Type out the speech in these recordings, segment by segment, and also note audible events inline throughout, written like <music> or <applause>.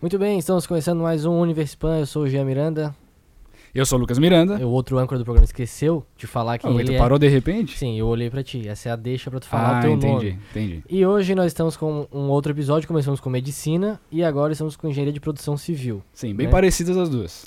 Muito bem, estamos começando mais um Universipan. Eu sou o Jean Miranda. Eu sou o Lucas Miranda. O outro âncora do programa esqueceu de falar quem Ah, ele tu é. parou de repente? Sim, eu olhei pra ti. Essa é a deixa pra tu falar Ah, o teu entendi, nome. entendi. E hoje nós estamos com um outro episódio. Começamos com medicina e agora estamos com engenharia de produção civil. Sim, bem Né? parecidas as duas.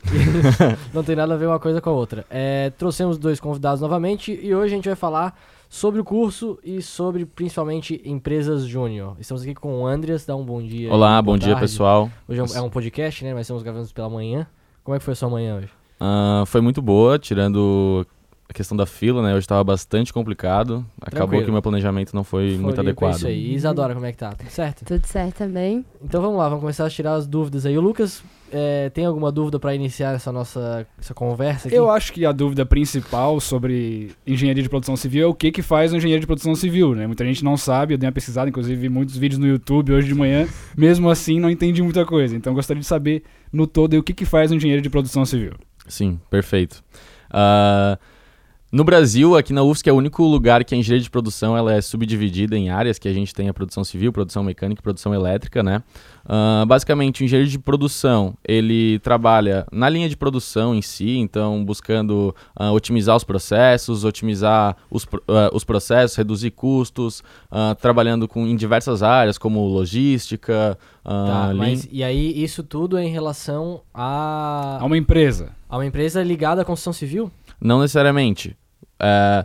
Não tem nada a ver uma coisa com a outra. É, trouxemos dois convidados novamente e hoje a gente vai falar sobre o curso e sobre principalmente empresas júnior. Estamos aqui com o Andreas, dá um bom dia. Olá, boa bom dia tarde. pessoal. Hoje é um- é um podcast, né? Mas estamos gravando pela manhã. Como é que foi a sua manhã hoje? Ah, foi muito boa, tirando a questão da fila, né? Hoje estava bastante complicado. Acabou Tranquilo. que o meu planejamento não foi, muito Floripa, adequado. Isso aí. E Isadora, como é que tá? Tudo certo? Tudo certo também? Então vamos lá, vamos começar a tirar as dúvidas aí. O Lucas, é, tem alguma dúvida pra iniciar essa nossa essa conversa aqui? Eu acho que a dúvida principal sobre engenharia de produção civil é o que que faz um engenheiro de produção civil, né? Muita gente não sabe, eu dei uma pesquisada, inclusive vi muitos vídeos no YouTube hoje de <laughs> manhã, mesmo assim não entendi muita coisa. Então eu gostaria de saber no todo aí, o que que faz um engenheiro de produção civil. Sim, perfeito. Ah, no Brasil, aqui na UFSC, é o único lugar que a engenharia de produção ela é subdividida em áreas que a gente tem a produção civil, produção mecânica e produção elétrica, né? Ah, basicamente, o engenheiro de produção, ele trabalha na linha de produção em si, então buscando ah, otimizar os processos, otimizar os, pro- ah, os processos, reduzir custos, ah, trabalhando com, em diversas áreas, como logística, ah, Tá, lin- mas e aí isso tudo é em relação É a, uma empresa. a uma empresa ligada à construção civil? Não necessariamente. É,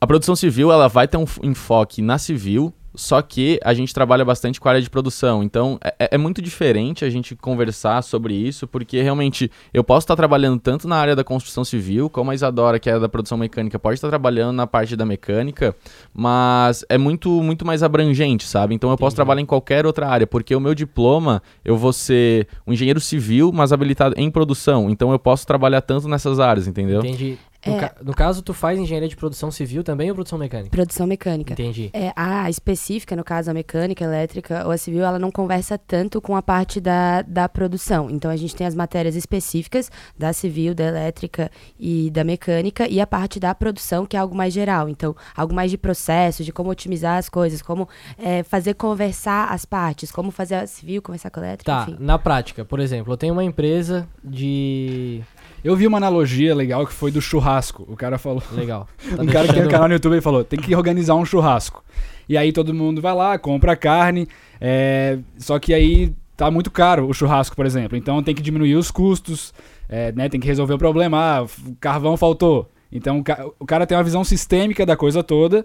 a produção civil ela vai ter um f- enfoque na civil, só que a gente trabalha bastante com a área de produção. Então é- é, é muito diferente a gente conversar sobre isso, porque realmente eu posso estar trabalhando tanto na área da construção civil, como a Isadora, que é da produção mecânica, pode estar trabalhando na parte da mecânica, mas é muito, muito mais abrangente, sabe? Então eu posso Entendi. trabalhar em qualquer outra área, porque o meu diploma eu vou ser um engenheiro civil, mas habilitado em produção. Então eu posso trabalhar tanto nessas áreas, entendeu? Entendi. No, É. ca- no caso, tu faz engenharia de produção civil também ou produção mecânica? Produção mecânica. Entendi. É, a específica, no caso, a mecânica, elétrica ou a civil, ela não conversa tanto com a parte da, da produção. Então, a gente tem as matérias específicas da civil, da elétrica e da mecânica e a parte da produção, que é algo mais geral. Então, algo mais de processo, de como otimizar as coisas, como é, fazer conversar as partes, como fazer a civil conversar com a elétrica, Tá, enfim. na prática, por exemplo, eu tenho uma empresa de. Eu vi uma analogia legal que foi do churrasco. O cara falou <laughs> Legal. Tá um cara que tem um deixando- canal no YouTube ele falou: tem que organizar um churrasco. E aí todo mundo vai lá, compra a carne, é, só que aí tá muito caro o churrasco, por exemplo. Então tem que diminuir os custos, é, né, tem que resolver o problema. Ah, o carvão faltou. Então o ca- o cara tem uma visão sistêmica da coisa toda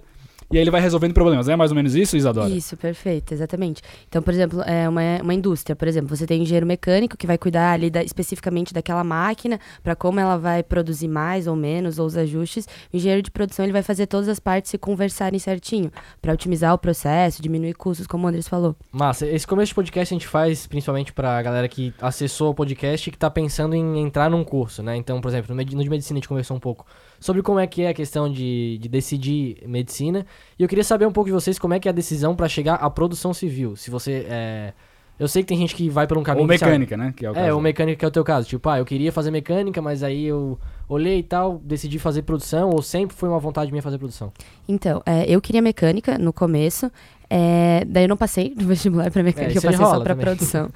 e aí ele vai resolvendo problemas. É mais ou menos isso, Isadora? Isso, perfeito, exatamente. Então, por exemplo, é uma, uma indústria, por exemplo, você tem um engenheiro mecânico que vai cuidar ali da- especificamente daquela máquina, para como ela vai produzir mais ou menos, ou os ajustes. O engenheiro de produção ele vai fazer todas as partes se conversarem certinho, para otimizar o processo, diminuir custos, como o Andrés falou. Massa, esse começo de podcast a gente faz principalmente pra galera que acessou o podcast e que tá pensando em entrar num curso, né? Então, por exemplo, no medi- no de medicina a gente conversou um pouco sobre como é que é a questão de, de decidir medicina. E eu queria saber um pouco de vocês como é que é a decisão pra chegar à produção civil. Se você é. Eu sei que tem gente que vai por um caminho. Ou que se a- mecânica, né? Que é o É, caso. o mecânico que é o teu caso. Tipo, ah, eu queria fazer mecânica, mas aí eu olhei e tal, decidi fazer produção, ou sempre foi uma vontade minha fazer produção. Então, é, eu queria mecânica no começo. é, daí eu não passei no vestibular pra É, mecânica, eu isso aí passei rola só pra também. produção.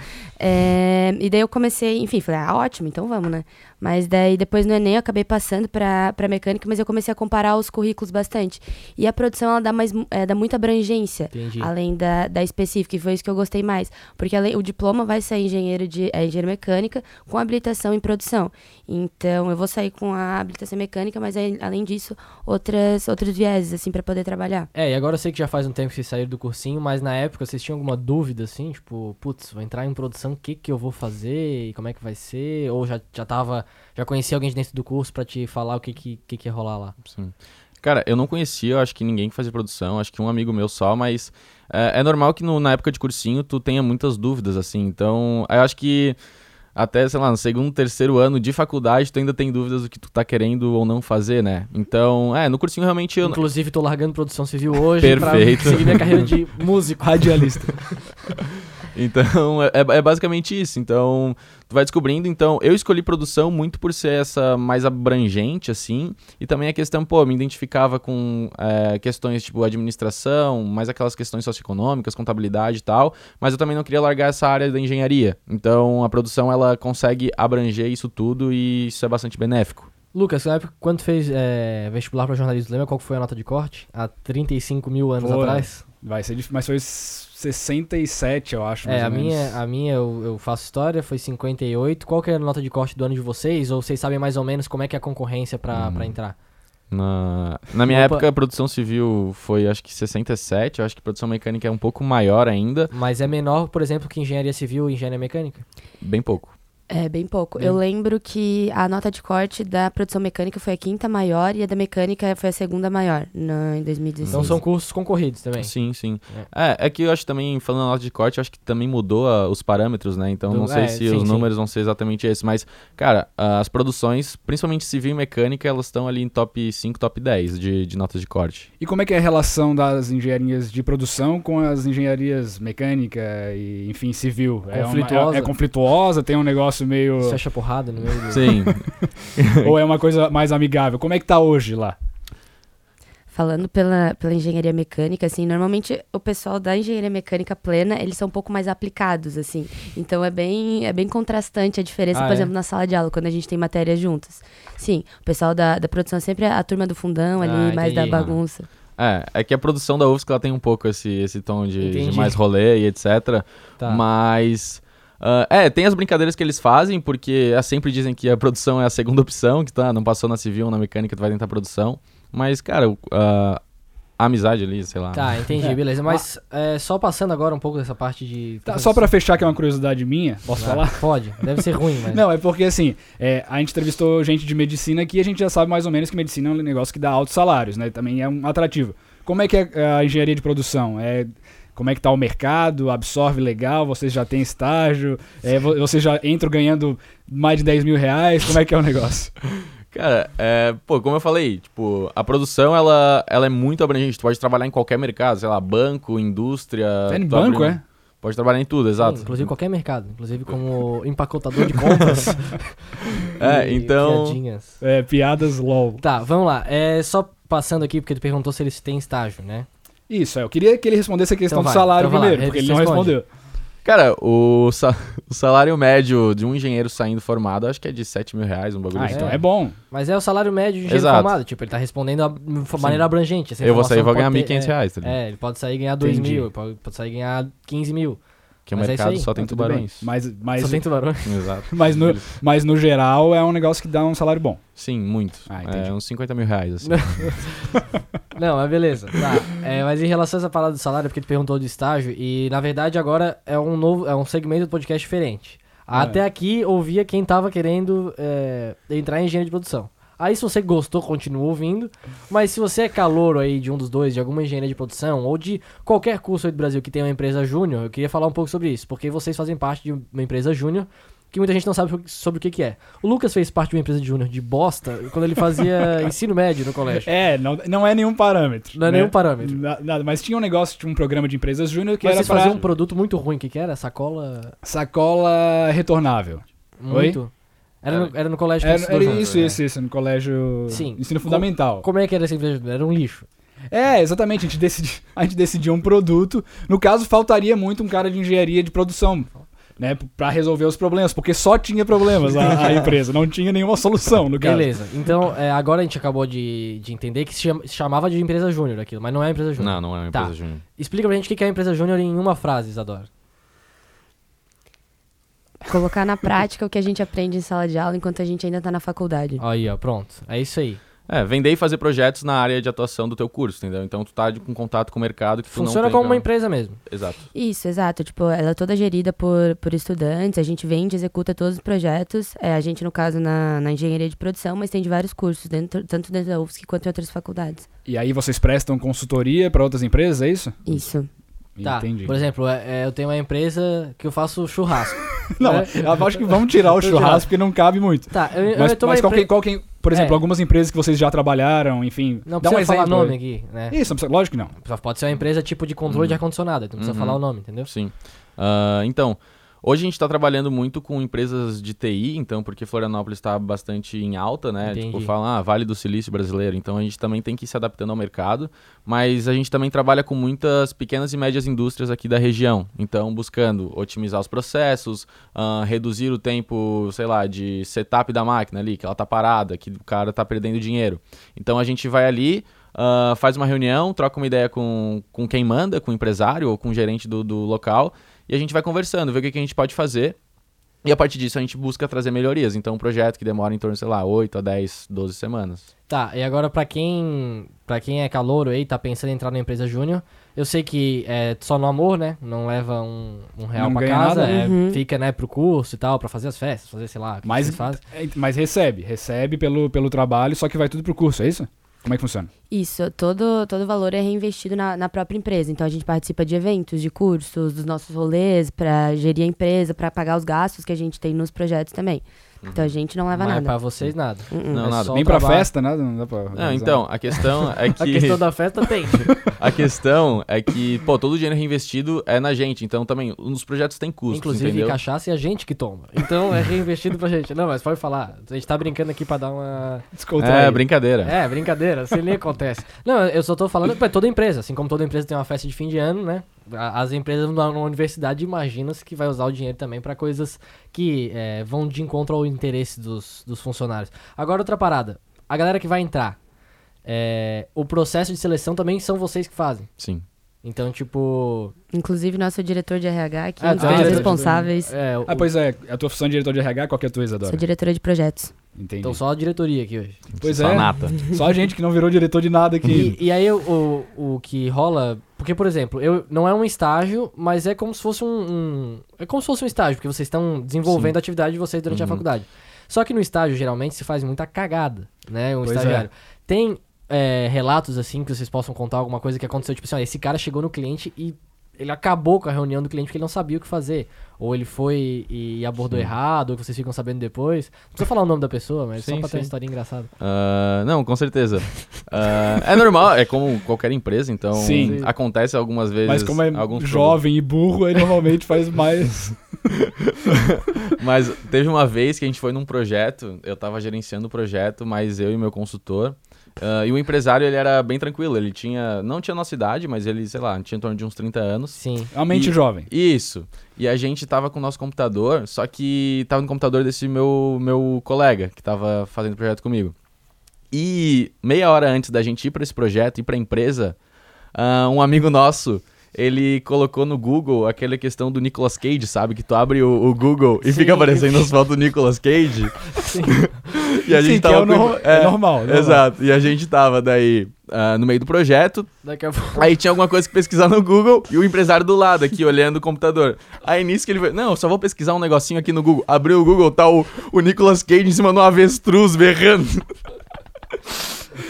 É, e daí eu comecei, enfim, falei, ah, ótimo, então vamos, né? Mas daí depois no Enem eu acabei passando pra, pra mecânica, mas eu comecei a comparar os currículos bastante. E a produção, ela dá, mais, mu- é, dá muita abrangência. Entendi. Além da, da específica, e foi isso que eu gostei mais. Porque além- o diploma vai sair engenheiro de é, engenheiro mecânica com habilitação em produção. Então, eu vou sair com a habilitação em mecânica, mas aí, além disso, outras, outros vieses, assim, para poder trabalhar. É, e agora eu sei que já faz um tempo que vocês saíram do cursinho, mas na época vocês tinham alguma dúvida, assim? Tipo, putz, vou entrar em produção, o que que eu vou fazer e como é que vai ser? Ou já, já tava, já conhecia alguém de dentro do curso pra te falar o que que, que, que ia rolar lá? Sim. Cara, eu não conhecia, eu acho que ninguém que fazia produção, acho que um amigo meu só, mas é, é normal que no- na época de cursinho tu tenha muitas dúvidas, assim. Então, eu acho que até, sei lá, no segundo, terceiro ano de faculdade, tu ainda tem dúvidas do que tu tá querendo ou não fazer, né? Então, é, no cursinho realmente eu. Inclusive, tô largando produção civil hoje pra Perfeito. <laughs> seguir minha carreira de músico. Radialista. Então, <laughs> é, é basicamente isso. Então, tu vai descobrindo. Então, eu escolhi produção muito por ser essa mais abrangente, assim. E também a questão, pô, eu me identificava com é, questões tipo administração, mais aquelas questões socioeconômicas, contabilidade e tal. Mas eu também não queria largar essa área da engenharia. Então, a produção, ela consegue abranger isso tudo e isso é bastante benéfico. Lucas, na época, quando tu fez é, vestibular pra jornalismo, lembra qual que foi a nota de corte? Há 35 mil anos Pô, atrás? Vai ser difícil, mas foi 67, eu acho. É, Tipo, mais a ou menos. minha, a minha eu, eu faço história, foi 58. Qual que era a nota de corte do ano de vocês? Ou vocês sabem mais ou menos como é que é a concorrência pra, Uhum. pra entrar? Na, na minha Opa. época, a produção civil foi, acho que 67. Eu acho que produção mecânica é um pouco maior ainda. Mas é menor, por exemplo, que engenharia civil e engenharia mecânica? Bem pouco. É, bem pouco. Eu lembro que a nota de corte da produção mecânica foi a quinta maior e a da mecânica foi a segunda maior na, em Uhum. 2016. Então são cursos concorridos também. Sim, sim. É. é que eu acho também, falando na nota de corte, eu acho que também mudou a- os parâmetros, né? Então Do- não sei é, se sim, os sim. números vão ser exatamente esses. Mas, cara, as produções, principalmente civil e mecânica, elas estão ali em top 5, top 10 de, de notas de corte. <laughs> E como é que é a relação das engenharias de produção com as engenharias mecânica e, enfim, civil? É uma- Conflituosa. é, é conflituosa, tem um negócio meio... Você acha porrada no meio do... Sim. Ou é uma coisa mais amigável? Como é que tá hoje lá? Falando pela, pela engenharia mecânica, assim, normalmente o pessoal da engenharia mecânica plena, eles são um pouco mais aplicados, assim. Então é bem, é bem contrastante a diferença, Ah, por é? exemplo, na sala de aula, quando a gente tem matérias juntas. Sim, o pessoal da, da produção é sempre a turma do fundão ali, Ah, mais da entendi. bagunça. é, é que a produção da UFSC ela tem um pouco esse, esse tom de- de Entendi. mais rolê e etc. Tá. Mas. ah, é, tem as brincadeiras que eles fazem, porque ah, sempre dizem que a produção é a segunda <laughs> opção, que tá, não passou na civil, na mecânica, tu vai tentar produção. Mas, cara, o- ah, a amizade ali, sei lá. Tá, entendi, <laughs> É. beleza. Mas é, só passando agora um pouco dessa parte de. Tá, só pra fechar, que é uma curiosidade minha, posso Ah, falar? Pode, deve ser ruim, mas. <laughs> Não, é porque assim, é, a gente entrevistou gente de medicina aqui e a gente já sabe mais ou menos que medicina é um negócio que dá altos salários, né? Também é um atrativo. Como é que é a engenharia de produção? É, como é que tá o mercado? Absorve legal? Vocês já têm estágio? É, vo- vocês já entram ganhando mais de 10 mil reais? Como é que é <laughs> o negócio? Cara, é, pô, como eu falei, tipo, a produção ela, ela é muito abrangente. Tu pode trabalhar em qualquer mercado, sei lá, banco, indústria. Tá em tu banco, abre- um- é? Pode trabalhar em tudo, Sim, exato. Inclusive qualquer mercado, inclusive como <laughs> empacotador de <laughs> compras. É, E então- piadinhas. É, piadas LOL. Tá, vamos lá. É só passando aqui, porque tu perguntou se eles têm estágio, né? Isso, é, eu queria que ele respondesse a questão Então vai, do salário então vai lá, primeiro, porque ele não responde. respondeu. Cara, o, sa- <laughs> o salário médio de um engenheiro saindo formado, acho que é de 7 mil reais, um bagulho Ah, assim. então é bom. Mas é o salário médio de engenheiro Exato. formado. Tipo, ele tá respondendo a- de maneira abrangente. essa Eu vou sair e vou ganhar informação 1.500 pode um ter- reais, tá ligado? É, é, ele pode sair e ganhar 2 Entendi. mil, ele pode, pode sair e ganhar 15 mil. Que o Mas é isso mercado aí. só tem Então, tudo bem. tubarões. Mas, mas, Só tem tubarões. <laughs> Exato. mas, no, mas no geral é um negócio que dá um salário bom. Sim, muito. Ah, entendi. é, uns 50 mil <laughs> reais, assim. Não, mas beleza. Tá. É, mas em relação a essa parada do salário, é porque tu perguntou de estágio, e na verdade agora é um novo, é um segmento do podcast diferente. Até aqui ouvia quem tava querendo é, entrar em engenharia de produção. Aí se você gostou, continua ouvindo. Mas se você é calouro aí de um dos dois, de alguma engenharia de produção, ou de qualquer curso aí do Brasil que tenha uma empresa júnior, eu queria falar um pouco sobre isso, porque vocês fazem parte de uma empresa júnior que muita gente não sabe sobre o que, que é. O Lucas fez parte de uma empresa de júnior de bosta quando ele fazia ensino médio no colégio. É, não, não é nenhum parâmetro. Não é né? nenhum parâmetro. Na- Nada, mas tinha um negócio, tinha um programa de empresas júnior que Mas era vocês pra faziam um produto muito ruim, o que, que era? Sacola sacola retornável. muito. Era, no, era no colégio Era, que era eu estudou isso, junto, isso, isso, no colégio né? Sim. ensino fundamental. né? Como é que era essa empresa? Era um lixo. É, exatamente, a gente, decidi, a gente decidia um produto. No caso, faltaria muito um cara de engenharia de produção, né, pra resolver os problemas, porque só tinha problemas a, <laughs> a empresa, não tinha nenhuma solução no caso. Beleza. Então, é, agora a gente acabou de, de entender que se chama- se chamava de empresa júnior aquilo, mas não é empresa júnior. Não, não é uma Tá. empresa júnior. Explica pra gente o que que é a empresa júnior em uma frase, Isadora. Colocar na prática o que a gente aprende em sala de aula enquanto a gente ainda tá na faculdade. Aí, ó, pronto. É isso aí. É, vender e fazer projetos na área de atuação do teu curso, entendeu? Então tu tá de- com contato com o mercado que tu Funciona não tem como uma pra- empresa mesmo. Exato. Isso, exato. Tipo, ela é toda gerida por, por estudantes, a gente vende, executa todos os projetos. É, a gente, no caso, na, na engenharia de produção, mas tem de vários cursos, dentro, tanto dentro da UFSC quanto em outras faculdades. E aí vocês prestam consultoria pra outras empresas, é isso? Isso. Tá. Entendi. Por exemplo, é- é, eu tenho uma empresa que eu faço churrasco. <laughs> Não, né? eu acho que vamos tirar o Vamos tirar. churrasco, porque não cabe muito. Tá, eu, <laughs> eu- Mas, eu tô mas uma qual, que, empre- qual que- por exemplo, É. algumas empresas que vocês já trabalharam, enfim. Não dá um precisa falar exemplo. nome aqui, né? Isso, não precisa- lógico que não. Só Pode ser uma empresa tipo de controle de ar-condicionado, então não precisa Uhum. falar o nome, entendeu? Sim. Ah, então, hoje a gente está trabalhando muito com empresas de TI, então, porque Florianópolis está bastante em alta, né? Entendi. Tipo, falam, ah, Vale do Silício brasileiro. Então, a gente também tem que ir se adaptando ao mercado, mas a gente também trabalha com muitas pequenas e médias indústrias aqui da região. Então, buscando otimizar os processos, ah, reduzir o tempo, sei lá, de setup da máquina ali, que ela tá parada, que o cara tá perdendo dinheiro. Então a gente vai ali, ah, faz uma reunião, troca uma ideia com, com quem manda, com o empresário ou com o gerente do, do local, e a gente vai conversando, ver o que, que a gente pode fazer. E a partir disso a gente busca trazer melhorias. Então, um projeto que demora em torno, sei lá, 8 a 10, 12 semanas. Tá, e agora pra quem para quem é calouro aí, tá pensando em entrar na empresa júnior, eu sei que é só no amor, né? Não leva um, um real Não pra ganha casa, nada. é, Uhum. fica, né, pro curso e tal, pra fazer as festas, fazer, sei lá, o que Mas- vocês fazem. É, Mas recebe, recebe pelo, pelo trabalho, só que vai tudo pro curso, é isso? Como é que funciona? Isso, todo, todo valor é reinvestido na, na própria empresa. Então a gente participa de eventos, de cursos, dos nossos rolês, pra gerir a empresa, pra pagar os gastos que a gente tem nos projetos também. Então a gente não leva Mas é nada. pra vocês nada. Uhum. Não, É nada. só o Nem pra trabalho. festa, nada? Não dá pra. Não, organizar. então, a questão <laughs> é que. A questão da festa <laughs> tem. tipo, A questão é que, pô, todo o dinheiro reinvestido é na gente. Então, também, os projetos têm custos, Inclusive, entendeu? cachaça é a gente que toma. Então é reinvestido pra gente. Não, mas pode falar. A gente tá brincando aqui pra dar uma. Descontraído. É, brincadeira. É, brincadeira, assim nem acontece. Não, eu só tô falando pra toda empresa, assim como toda empresa tem uma festa de fim de ano, né? A- As empresas na na universidade imaginam-se que vai usar o dinheiro também pra coisas que é, vão de encontro ao interesse dos, dos funcionários. Agora, outra parada. A galera que vai entrar, é, o processo de seleção também são vocês que fazem. Sim. Então, tipo... Inclusive, nosso diretor de RH aqui, Ah, um dos tá, meus diretor de- responsáveis. É, o- Ah, pois é, a tua função de diretor de RH, qual que é a tua, Isadora? Sou diretora de projetos. Entendi. Então, só a diretoria aqui hoje. Pois Só é. nata. Só a gente que não virou diretor de nada aqui. E, e aí o, o, o que rola. Porque, por exemplo, eu, não é um estágio, mas é como se fosse um. um- é como se fosse um estágio, porque vocês estão desenvolvendo a atividade de vocês durante a Uhum. faculdade. Só que no estágio, geralmente, se faz muita cagada, né? Um Pois é. estagiário. Tem é, relatos, assim, que vocês possam contar alguma coisa que aconteceu, tipo assim, ó, esse cara chegou no cliente e ele acabou com a reunião do cliente porque ele não sabia o que fazer. Ou ele foi e abordou errado, ou que vocês ficam sabendo depois. Não precisa falar o nome da pessoa, mas só Sim, pra ter uma sim. história engraçada. Ah, não, com certeza. Ah, é normal, é como qualquer empresa, então Sim. acontece algumas vezes. Mas como é alguns jovem e burro, aí normalmente faz <laughs> mais. Mas teve uma vez que a gente foi num projeto, eu tava gerenciando o projeto, mas eu e meu consultor. ah, e o empresário, ele era bem tranquilo, ele tinha. Não tinha nossa idade, mas ele, sei lá, tinha em torno de uns 30 anos. Sim. É uma mente E- jovem. Isso. E a gente tava com o nosso computador, só que tava no computador desse meu, meu colega que tava fazendo o projeto comigo. E meia hora antes da gente ir pra esse projeto, ir pra empresa, ah, um amigo nosso, ele colocou no Google aquela questão do Nicolas Cage, sabe? Que tu abre o, o Google e Sim. fica aparecendo as fotos do Nicolas Cage. <laughs> e a gente Sim, que tava é, o com- nor- é é, normal. normal. Exato. E a gente tava daí ah, no meio do projeto, Daqui a pouco. Aí tinha alguma coisa que pesquisar no Google e o empresário do lado aqui olhando o computador. Aí nisso que ele foi, não, eu só vou pesquisar um negocinho aqui no Google. Abriu o Google, tá o, o Nicolas Cage em cima de um avestruz berrando.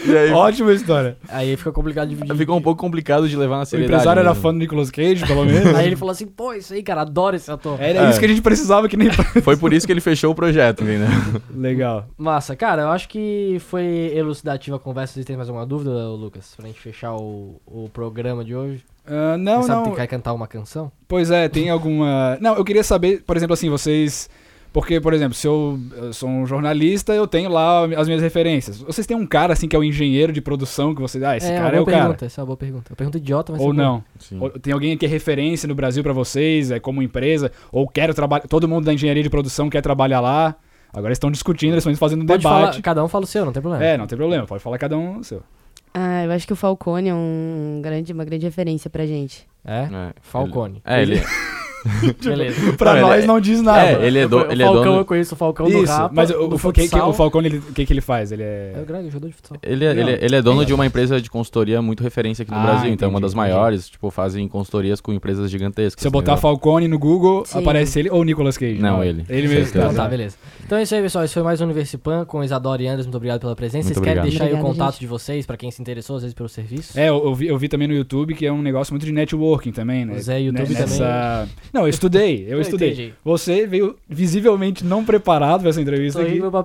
e aí Ótima história. Aí fica complicado dividir. ficou um pouco complicado de levar na O seriedade. empresário era mesmo. fã do Nicolas Cage, pelo <laughs> menos. Aí ele falou assim, pô, isso aí, cara, adoro esse ator. Era É. isso que a gente precisava que nem. Foi por isso que ele fechou o projeto, entendeu? <laughs> Legal. Massa, cara, eu acho que foi elucidativa a conversa. Vocês têm mais alguma dúvida, Lucas? Pra gente fechar o, o programa de hoje. Ah, não, Quem sabe não. tem que cantar uma canção? Pois é, tem alguma. Não, eu queria saber, por exemplo, assim, vocês. Porque, por exemplo, se eu, eu sou um jornalista, eu tenho lá as minhas referências. Vocês têm um cara, assim, que é o engenheiro de produção, que vocês. Ah, esse uma cara é boa o pergunta, cara. Essa é uma boa pergunta. Uma pergunta idiota, mas... Ou é boa. não. Sim. Ou tem alguém que é referência no Brasil pra vocês, é como empresa, ou quero trabalhar. Todo mundo da engenharia de produção quer trabalhar lá. Agora eles estão discutindo, eles estão fazendo um Pode falar, debate. cada um fala o seu, não tem problema. É, não tem problema, pode falar cada um o seu. Ah, eu acho que o Falcone é um grande, uma grande referência pra gente. É? Falcone. É, ele. Beleza. <laughs> Pra Não, ele nós é- não diz nada. É, ele é, do, o ele é Falcão, dono. eu conheço o Falcão do Isso, Rapa, mas o, do o, que, que, futsal. o Falcone, ele- o que, que ele faz? Ele É o é. grande jogador de futsal. Ele, é- ele, é- ele é dono de uma empresa de consultoria muito referência aqui no Ah, Brasil, então é uma entendi, das entendi. maiores. Tipo, fazem consultorias com empresas gigantescas. Se eu botar entendeu? Falcone no Google, Sim. aparece ele ou o Nicolas Cage? Não, ele. Ele Com mesmo. certeza. Então tá, beleza. Então é isso aí, pessoal. Esse foi mais um Universipan com Isadora e Anderson. Muito obrigado pela presença. Muito vocês querem obrigado. deixar aí o Obrigada, contato gente. de vocês, pra quem se interessou, às vezes, pelo serviço? É, eu, eu vi, eu vi também no YouTube que é um negócio muito de networking também, né? Pois é, YouTube Ne- também. Não, eu estudei, eu estudei. <laughs> entendi. Você veio visivelmente não preparado pra essa entrevista Tô aqui. indo pra